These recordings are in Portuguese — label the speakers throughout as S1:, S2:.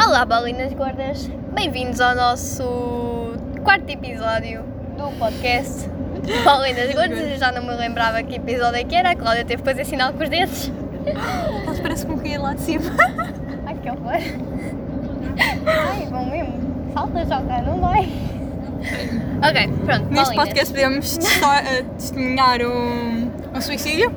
S1: Olá, balinas gordas. Bem-vindos ao nosso quarto episódio do podcast Balinas Gordas. Eu já não me lembrava que episódio é que era. A Cláudia teve que fazer sinal com os dedos.
S2: Eles parecem que me caí lá de cima.
S1: Ai, que horror. Ai, vão mesmo. Salta, joga, não dói. Ok, pronto.
S2: Neste
S1: bolinhas.
S2: podcast
S1: assim.
S2: podemos testo- eh, testemunhar um, um suicídio.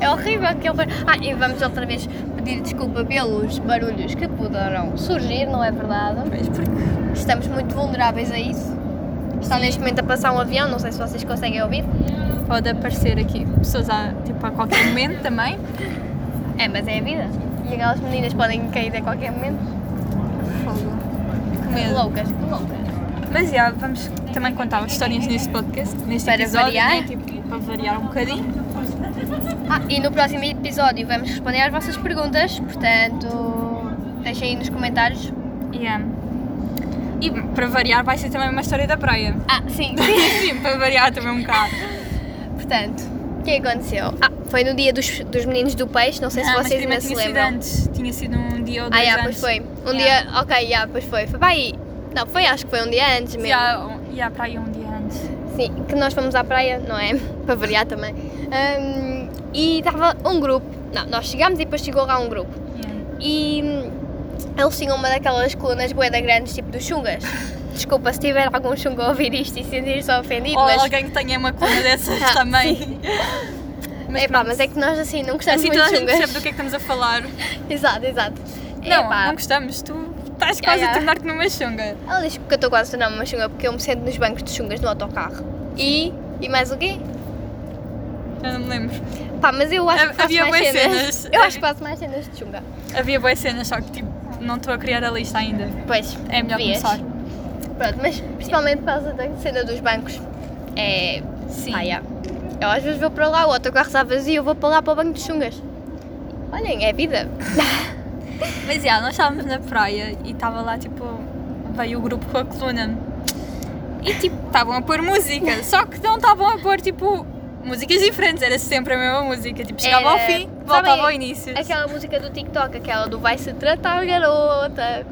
S1: É horrível que horror. Ah, e vamos outra vez pedir desculpa pelos barulhos que puderam surgir, não é verdade?
S2: Pois, porque
S1: Estamos muito vulneráveis a isso. Está neste momento a passar um avião, não sei se vocês conseguem ouvir.
S2: pode aparecer aqui pessoas a, tipo, a qualquer momento também.
S1: É, mas é a vida. E aquelas meninas podem cair a qualquer momento.
S2: Que
S1: Que
S2: medo.
S1: loucas, que loucas.
S2: Mas já, vamos também contar histórias neste podcast, neste
S1: Para
S2: episódio,
S1: variar.
S2: né? Tipo, para variar um bocadinho.
S1: Ah, e no próximo episódio vamos responder às vossas perguntas, portanto, deixem aí nos comentários.
S2: Yeah. eh, E para variar vai ser também uma história da praia.
S1: Ah, Hum. sim,
S2: Sim, para variar também um bocado.
S1: portanto, o que aconteceu? Ah, foi no dia dos, dos meninos do peixe, não sei se
S2: Ah, mas
S1: vocês ainda
S2: primeiro
S1: se
S2: tinha sido
S1: lembram.
S2: antes, tinha sido um dia ou
S1: Ah,
S2: dois
S1: yeah, pois
S2: antes.
S1: foi. Um
S2: Yeah.
S1: dia, ok, yeah, pois foi. Foi para aí. Não, foi, acho que foi um dia antes mesmo.
S2: Já, um- já para aí um dia antes.
S1: Sim, que nós fomos à praia, não é? Para variar também. Ahm, e estava um grupo. Não, nós chegámos e depois chegou lá um grupo.
S2: eh,
S1: E hum, eles tinham uma daquelas colunas boeda grandes, tipo dos chungas. Desculpa se tiver algum chunga a ouvir isto e sentir-se ofendido,
S2: Ou
S1: mas.
S2: alguém que tenha uma coluna dessas
S1: Ah,
S2: também.
S1: Mas, Epá, mas é que nós assim não gostamos
S2: Assim
S1: muito
S2: toda
S1: de
S2: a gente
S1: chungas.
S2: percebe do que é que estamos a falar.
S1: Exato, exato.
S2: Não,
S1: Epá,
S2: não gostamos. Tu estás
S1: Ya,
S2: quase
S1: ya.
S2: a tornar-te numa xunga.
S1: ela diz que eu estou quase a tornar uma chunga porque eu me sento nos bancos de chungas no autocarro. E. E mais o quê?
S2: Eu não me lembro.
S1: Pá, mas eu acho
S2: Ha-
S1: que faço
S2: havia
S1: mais
S2: bué
S1: cenas.
S2: cenas.
S1: Eu acho que faço mais cenas de chunga.
S2: Havia boas cenas, só que tipo, não estou a criar a lista ainda.
S1: Pois.
S2: É melhor
S1: Devias.
S2: começar.
S1: Pronto, mas principalmente por causa da cena dos bancos. É.
S2: Sim.
S1: Pá, yeah. Eu às vezes vou para lá, o autocarro está vazio, eu vou para lá para o banco de chungas. Olhem, é vida.
S2: Mas já, nós estávamos na praia e estava lá tipo. Veio o grupo com a coluna. E tipo, estavam a pôr música. Só que não estavam a pôr tipo. Músicas diferentes, era sempre a mesma música. Tipo, chegava ao
S1: Era-
S2: fim,
S1: Sabem
S2: voltava ao início.
S1: Aquela música do TikTok, aquela do Vai Se Tratar Garota.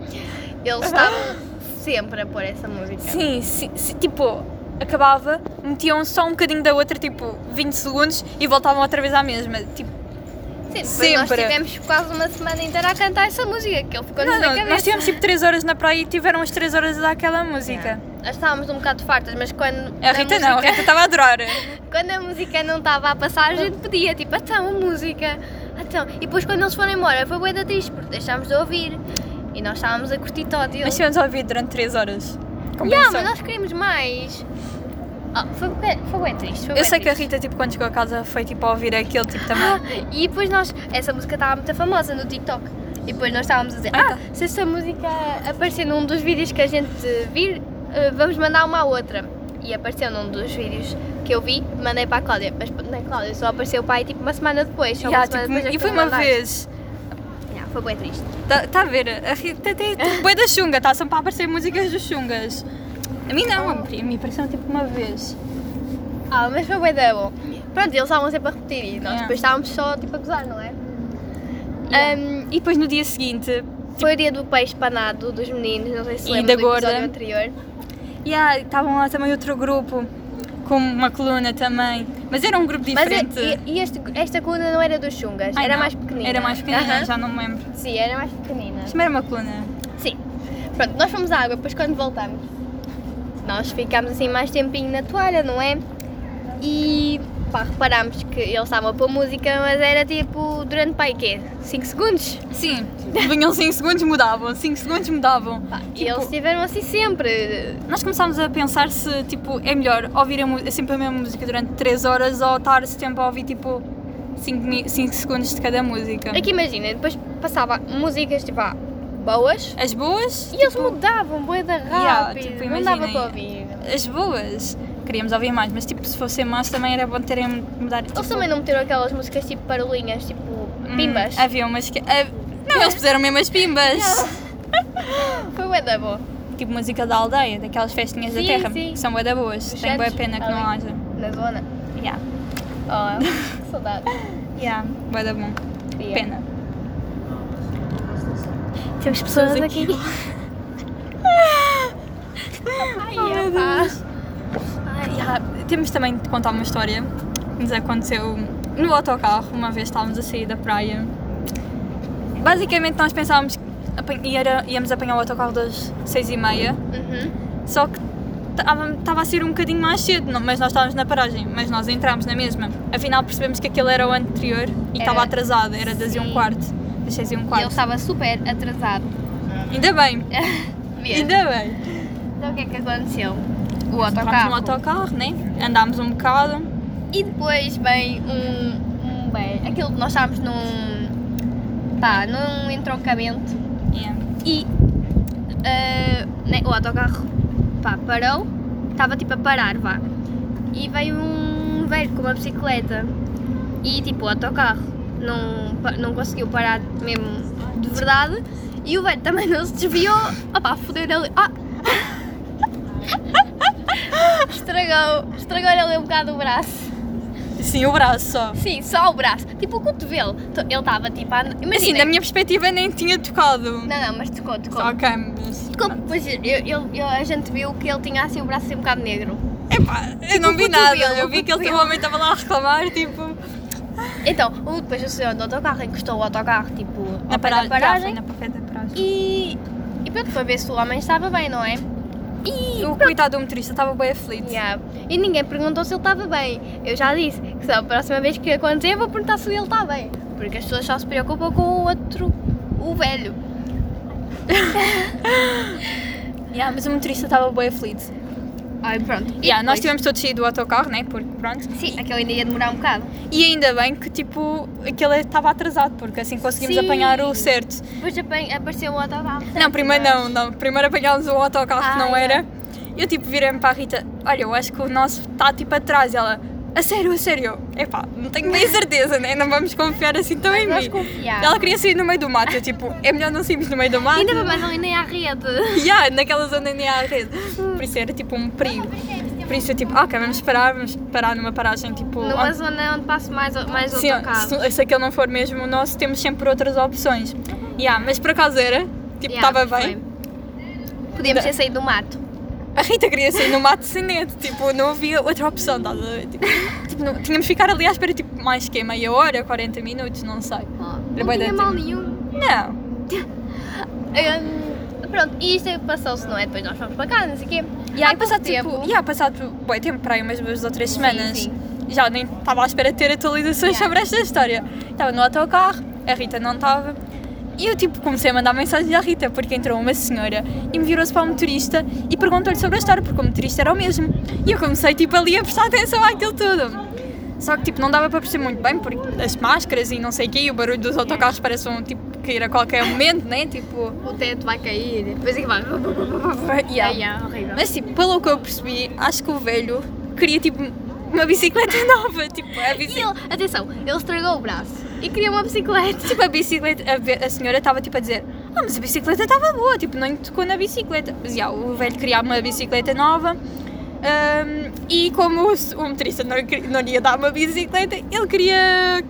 S1: Eles estavam sempre a pôr essa música.
S2: Ah. Sim, sim, sim, tipo, acabava, metiam só um bocadinho da outra, tipo, 20 segundos e voltavam outra vez à mesma. Tipo,
S1: Sim, depois nós
S2: sempre.
S1: tivemos quase uma semana inteira a cantar essa música, que ele ficou
S2: não,
S1: na
S2: não,
S1: cabeça.
S2: nós tínhamos tipo 3 horas na praia e tiveram as 3 horas a dar aquela música.
S1: Nós estávamos um bocado fartas, mas quando.
S2: A Rita não, a
S1: música-
S2: Rita estava a adorar.
S1: Quando a música não estava a passar, a gente pedia, tipo, ah, então, a música, ah, então. E depois quando eles foram embora, foi bué da triste, porque deixámos de ouvir. E nós estávamos a curtir todo e
S2: Mas
S1: eles...
S2: tivemos a ouvir durante 3 horas.
S1: Não,
S2: Compensou.
S1: mas nós queríamos mais. Ah, foi bué, foi bué triste, foi bué
S2: Eu sei que a
S1: triste.
S2: Rita, tipo, quando chegou a casa, foi tipo a ouvir aquele tipo também.
S1: Ah, e depois nós, essa música estava muito famosa no TikTok. E depois nós estávamos a dizer, ah, se essa música aparecer num dos vídeos que a gente vir, eh, vamos mandar uma à outra. E apareceu num dos vídeos que eu vi, mandei para a Cláudia. Mas na Cláudia só apareceu o pai tipo uma semana depois. Só
S2: Ya,
S1: uma semana
S2: tipo,
S1: depois é que
S2: e
S1: tu
S2: foi uma
S1: mandaste.
S2: vez.
S1: Yeah, foi bem triste.
S2: Está a ver? A Rita tem tipo, boi da Xunga, está sempre a aparecer músicas dos Xungas. A mim não, a
S1: Oh.
S2: mim apareceu tipo uma vez.
S1: Ah, mas foi bem da bom. Pronto, eles estavam sempre a repetir e nós
S2: Yeah.
S1: depois estávamos só tipo a gozar, não é?
S2: Yeah.
S1: Um,
S2: E depois no dia seguinte,
S1: foi o dia do peixe panado dos meninos, não sei se
S2: E
S1: lembram
S2: da
S1: do episódio
S2: gorda.
S1: anterior.
S2: yeah, ah, estavam lá também outro grupo com uma coluna também, mas era um grupo
S1: Mas e-
S2: diferente.
S1: e, e este- esta coluna não era dos chungas,
S2: Ai,
S1: era
S2: não.
S1: mais pequenina.
S2: Era mais pequenina,
S1: Aham.
S2: já não me lembro.
S1: Sim, era mais pequenina.
S2: Mas era uma coluna.
S1: Sim. Pronto, nós fomos à água, depois quando voltamos, nós ficámos assim mais tempinho na toalha, não é? E pá, reparámos que eles estavam a pôr música, mas era tipo durante pai quê? 5 segundos?
S2: Sim, vinham 5 segundos mudavam, 5 segundos mudavam.
S1: Pá, e
S2: Tipo,
S1: eles estiveram assim sempre.
S2: Nós começámos a pensar se tipo, é melhor ouvir a mu- sempre a mesma música durante 3 horas ou estar sempre a ouvir tipo 5 segundos de cada música.
S1: Aqui É imagina, depois passava músicas tipo ah, boas
S2: As boas,
S1: e eles mudavam, boa da rápido,
S2: Tipo Yeah, tipo,
S1: não dava
S2: imaginem,
S1: para ouvir.
S2: as boas, queríamos ouvir mais, mas tipo, se fossem más também era bom terem mudado.
S1: Eles
S2: tipo,
S1: também não meteram aquelas músicas tipo parolinhas, tipo
S2: Hum,
S1: pimbas.
S2: havia umas que. ah, não, eles puseram mesmo as pimbas.
S1: Foi bué da boa.
S2: Tipo música da aldeia, daquelas festinhas
S1: Sim,
S2: da terra,
S1: sim.
S2: que são bué da boas.
S1: Os
S2: Tem bué
S1: Santos,
S2: pena que não
S1: ali.
S2: haja.
S1: Na zona.
S2: Yeah.
S1: Oh, que saudade.
S2: Yeah. Bué da bom.
S1: Yeah.
S2: Pena.
S1: Temos pessoas
S2: Pessoas
S1: aqui.
S2: aqui.
S1: Ai,
S2: Oh, meu
S1: opá.
S2: Deus. E, ah, temos também de contar uma história que nos aconteceu no autocarro, uma vez estávamos a sair da praia. Basicamente nós pensávamos que apan- ia- íamos apanhar o autocarro das seis e meia,
S1: Uhum.
S2: só que estava a ser um bocadinho mais cedo, não- mas nós estávamos na paragem, mas nós entramos na mesma. Afinal percebemos que aquele era o anterior e
S1: Era-
S2: estava atrasado, era das e um
S1: Sim.
S2: quarto, das seis e um
S1: E ele tá-
S2: quarto.
S1: estava super atrasado.
S2: Ainda bem,
S1: Mesmo.
S2: ainda bem.
S1: Então o que é que aconteceu? O
S2: Entramos
S1: autocarro.
S2: no autocarro, né? Andámos um bocado.
S1: E depois vem um, um bem, aquilo que nós estávamos num. pá, num entroncamento
S2: Yeah.
S1: e ah, né, o autocarro pá, parou, estava tipo a parar, vá. E veio um velho com uma bicicleta e tipo o autocarro não, pa- não conseguiu parar mesmo de verdade e o velho também não se desviou. Opá, fodeu ali. Ah! Estragou, estragou ali um bocado o braço.
S2: Sim, assim o braço só.
S1: Sim, só o braço. Tipo o cotovelo. Então, Ele estava tipo a. andar-
S2: Mas assim,
S1: Imagina.
S2: da minha perspectiva nem tinha tocado.
S1: Não, não, mas tocou, tocou.
S2: Só Ok, mas.
S1: Tocou, pois eu, eu- eu- a gente viu que ele tinha assim o braço assim um bocado negro.
S2: Epá, eu não
S1: Tipo O
S2: vi
S1: cotovelo,
S2: nada.
S1: o
S2: Eu vi que ele
S1: cotovelo.
S2: homem estava lá a reclamar, tipo.
S1: Então, o- depois o senhor do autocarro encostou o autocarro tipo ao pé
S2: Na
S1: da
S2: paragem. Já foi
S1: paragem
S2: na parada da paragem.
S1: e, e pronto, foi ver se o homem estava bem, não é?
S2: E o coitado do motorista estava bem aflito.
S1: Yeah. E ninguém perguntou se ele estava bem. Eu já disse que só a próxima vez que acontecer eu vou perguntar se ele está bem. Porque as pessoas só se preocupam com o outro, o velho.
S2: Yeah, mas o motorista estava bem aflito.
S1: Ai, pronto. E
S2: Yeah,
S1: depois-
S2: nós tivemos todos saído do autocarro, né? Porque pronto.
S1: Sim, aquele ainda ia demorar um bocado.
S2: E ainda bem que, tipo, aquele estava atrasado, porque assim conseguimos
S1: Sim.
S2: apanhar o certo.
S1: Depois apan- apareceu o autocarro.
S2: Não, primeiro não, não. Primeiro apanhámos o autocarro
S1: Ah,
S2: que não
S1: é.
S2: era. Eu tipo virei-me para a Rita, olha, eu acho que o nosso está tipo atrás. Ela, a sério, a sério. Eu, Epá, não tenho nem certeza, né? Não vamos confiar assim tão em
S1: Nós
S2: mim.
S1: confiámos.
S2: Ela queria sair no meio do mato, eu tipo, é melhor não sairmos no meio do mato.
S1: Ainda bem, mas não ia nem à rede.
S2: Yeah, naquela zona nem há rede. Por isso era tipo um perigo. Por isso eu tipo, ok, vamos parar, vamos parar numa paragem tipo.
S1: Numa
S2: onde-
S1: zona é onde passo mais, mais
S2: Sim,
S1: autocarro.
S2: se, se aquele não for mesmo o nosso, temos sempre outras opções. Yeah, mas por acaso era, tipo,
S1: Yeah,
S2: estava
S1: foi.
S2: bem.
S1: Podíamos ter saído do mato.
S2: A Rita queria sair no mato sem net, tipo, não havia outra opção, estás a ver? Tipo, tipo, não- tínhamos de ficar ali à espera, tipo, mais que meia hora, 40 minutos, não sei.
S1: não
S2: bué da
S1: tinha mal
S2: tempo.
S1: nenhum.
S2: Não.
S1: Hum, pronto, e isto é que passou-se, não é? Depois nós fomos para casa, não sei o quê.
S2: E aí,
S1: Há pouco
S2: passado,
S1: tempo-
S2: tipo, yeah, passado, bom, tempo para aí umas duas ou três
S1: Sim,
S2: semanas,
S1: sim.
S2: já nem estava à espera de ter atualizações
S1: Yeah.
S2: sobre esta história. Estava no autocarro, a Rita não estava. E eu, tipo, comecei a mandar mensagens à Rita, porque entrou uma senhora e me virou-se para o motorista e perguntou-lhe sobre a história, porque o motorista era o mesmo. E eu comecei, tipo, ali a prestar atenção àquilo tudo. Só que, tipo, não dava para perceber muito bem, porque as máscaras e não sei o quê, e o barulho dos autocarros parece um, tipo, cair a qualquer momento, né? Tipo...
S1: O teto vai cair, depois é que vai.
S2: yeah.
S1: Ai, é horrível.
S2: Mas tipo, pelo que eu percebi, acho que o velho queria tipo uma bicicleta nova, tipo, a
S1: E
S2: bicicleta.
S1: ele, atenção, ele estragou o braço e queria uma bicicleta.
S2: Tipo, a bicicleta, a, ve- a senhora estava tipo a dizer, ah, mas a bicicleta estava boa, tipo, nem tocou na bicicleta. Mas já, o velho queria uma bicicleta nova ahm, e como o, s- o motorista não, lhe queria- não lhe ia dar uma bicicleta, ele queria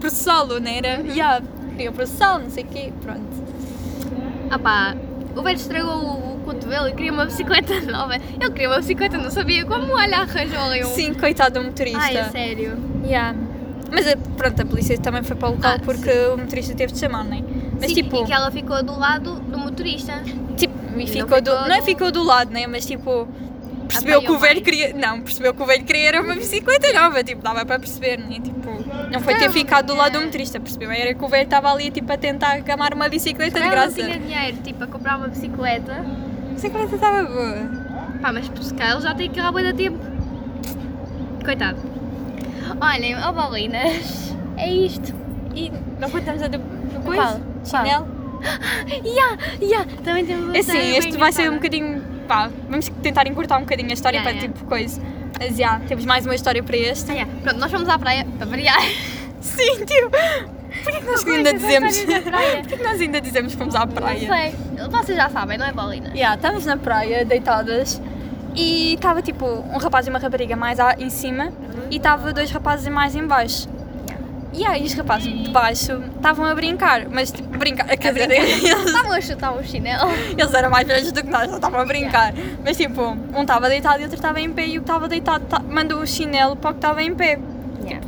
S2: processá-lo, não era?
S1: Uhum.
S2: Já, queria processá-lo, não sei o quê, pronto.
S1: Ah pá, o velho estragou o, o cotovelo e queria uma bicicleta nova. Ele queria uma bicicleta, não sabia como. Olha, arranjou ali um.
S2: Sim, é. coitado do motorista.
S1: Ai, a sério.
S2: Yeah. Mas eh, pronto, a polícia também foi para o local
S1: Ah,
S2: porque o motorista teve de chamar, não é? Mas
S1: Sim,
S2: tipo,
S1: E que ela ficou do lado do motorista.
S2: tipo e ficou
S1: ficou
S2: do, não é
S1: do-
S2: ficou do lado, né? Mas tipo, percebeu que o
S1: um Apanhou
S2: velho
S1: mais.
S2: queria. Não, percebeu que o velho queria era uma bicicleta nova, tipo, dava para perceber, né? Tipo, não foi ter
S1: Não,
S2: ficado do lado do
S1: é.
S2: motorista, percebeu? Era que o velho estava ali tipo a tentar gamar uma bicicleta de
S1: Ela não
S2: graça.
S1: tinha dinheiro, tipo, a comprar uma bicicleta.
S2: A bicicleta estava boa.
S1: Pá, mas se calhar ele já tem que ir há bué de tempo. Coitado. Olhem, ó balinas, é isto.
S2: E não contamos a do do
S1: Qual?
S2: coisa? Chinelo?
S1: Ya, ya, também temos
S2: É
S1: uma
S2: Assim,
S1: história
S2: este
S1: bem
S2: vai ser um
S1: engraçada.
S2: bocadinho. pá, vamos tentar encurtar um bocadinho a história
S1: Yeah,
S2: para
S1: yeah.
S2: tipo coisa. Mas já, temos mais uma história para este.
S1: Ah, ya. Pronto, nós fomos à praia para variar.
S2: Sim, tipo. Porquê que nós
S1: Uma coisa,
S2: ainda
S1: uma
S2: dizemos.
S1: história da praia.
S2: Porquê que nós ainda dizemos que fomos à
S1: Não
S2: praia?
S1: sei, vocês já sabem, não é balinas?
S2: Yeah, estávamos na praia, deitadas, e estava tipo um rapaz e uma rapariga mais a- em cima, e estava dois rapazes mais em baixo. E aí os rapazes de baixo estavam a brincar, mas tipo, brincar, quer dizer, eles,
S1: Estavam a chutar um chinelo.
S2: eles eram mais velhos do que nós, não estavam a brincar. Mas tipo, um estava deitado e outro estava em pé e o que estava deitado ta- mandou o chinelo para o que estava em pé,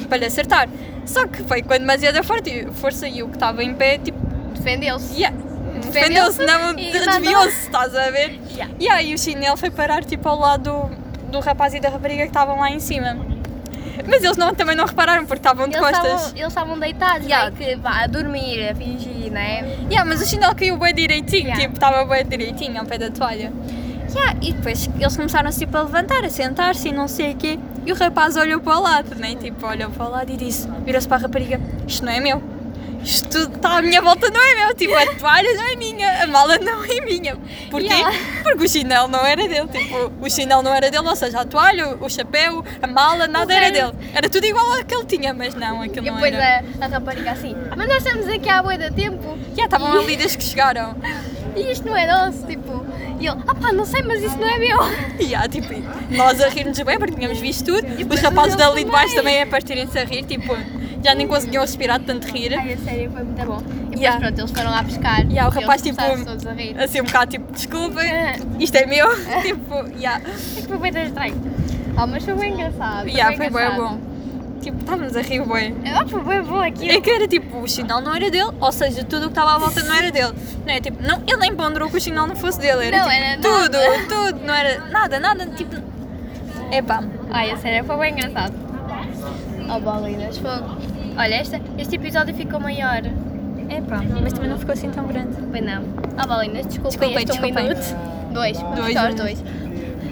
S2: para lhe acertar. Só que foi com demasiada forte- força e o que estava em pé, tipo,
S1: Defendeu-se.
S2: yeah, defendeu-se, não
S1: e mandou-
S2: desviou-se, estás a ver?
S1: Yeah.
S2: E aí o chinelo foi parar tipo ao lado do, do rapaz e da rapariga que estavam lá em cima. Mas eles não, também não repararam porque estavam de
S1: Eles
S2: costas.
S1: estavam- Eles estavam deitados,
S2: Yeah.
S1: né? que, vá, a dormir, a fingir, né?
S2: Yeah, mas o chinelo caiu bem direitinho,
S1: Yeah.
S2: tipo, estava bem direitinho ao pé da toalha. Yeah, e depois eles começaram tipo, a levantar, a sentar-se e não sei o quê. E o rapaz olhou para o lado, né? Tipo, olhou para o lado e disse, virou-se para a rapariga, isto não é meu. Isto tudo está à minha volta não é meu. Tipo, a toalha não é minha, a mala não é minha. Porquê?
S1: Yeah.
S2: Porque o chinelo não era dele. Tipo, o chinelo não era dele, ou seja, a toalha, o chapéu, a mala, nada era
S1: resto.
S2: dele. Era tudo igual ao que ele tinha, mas não, aquilo
S1: E
S2: não
S1: depois
S2: era.
S1: a, a rapariga assim, mas nós estamos aqui há bué de tempo
S2: Yeah, estavam ali desde que chegaram.
S1: e isto não é nosso, tipo. E ele, ah pá, não sei, mas isso não é meu.
S2: E há, tipo, nós a rirmos bem, porque tínhamos visto tudo. Os
S1: depois
S2: rapazes
S1: eles
S2: dali de baixo
S1: também.
S2: também é a partirem-se a rir, tipo, já nem conseguiam respirar de tanto rir.
S1: Ai, a sério, foi muito bom. E depois
S2: É? Yeah.
S1: pronto, eles foram lá buscar.
S2: Yeah, o
S1: e eles
S2: rapaz, tipo,
S1: começaram todos a rir.
S2: Assim, um bocado tipo, desculpa, isto é meu. Tipo, yeah.
S1: É que foi bem estranho. Ah, mas foi bem engraçado.
S2: Yeah, foi bem
S1: engraçado.
S2: bom. Tipo, estávamos a rir bem.
S1: Eu acho que foi bem bom aquilo.
S2: É que era tipo, o sinal não era dele, ou seja, tudo o que estava à volta não era dele. Não é tipo, não, ele nem ponderou que o sinal não fosse dele. Era,
S1: Não,
S2: tipo,
S1: era
S2: tudo,
S1: nada.
S2: tudo, não era nada, nada, tipo. Epá,
S1: Ai, a sério, foi bem engraçado. Oh, bolinas, fogo. Olha, esta, este episódio ficou maior.
S2: epá, mas também não ficou assim tão grande.
S1: Pois não. Oh, bolinas, desculpa.
S2: Desculpem,
S1: este
S2: desculpem.
S1: Um minuto. Dois, vamos
S2: Dois,
S1: só aos
S2: um.
S1: dois.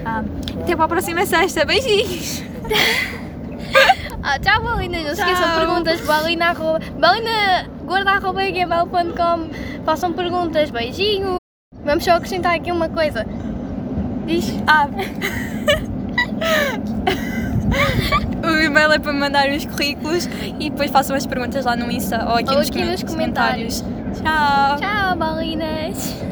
S2: Ah, até para a próxima sexta, beijinhos!
S1: Ah, tchau, bolinas. Não se esqueçam
S2: Tchau.
S1: perguntas. Balina, arroba, balina gorda, arroba, gmail.com. Façam perguntas. Beijinho. Vamos só acrescentar aqui uma coisa. Diz.
S2: Ah. o e-mail é para mandar os currículos e depois façam as perguntas lá no Insta ou aqui,
S1: Ou
S2: nos,
S1: aqui
S2: comen-
S1: nos
S2: comentários. Tchau!
S1: Tchau, bolinas.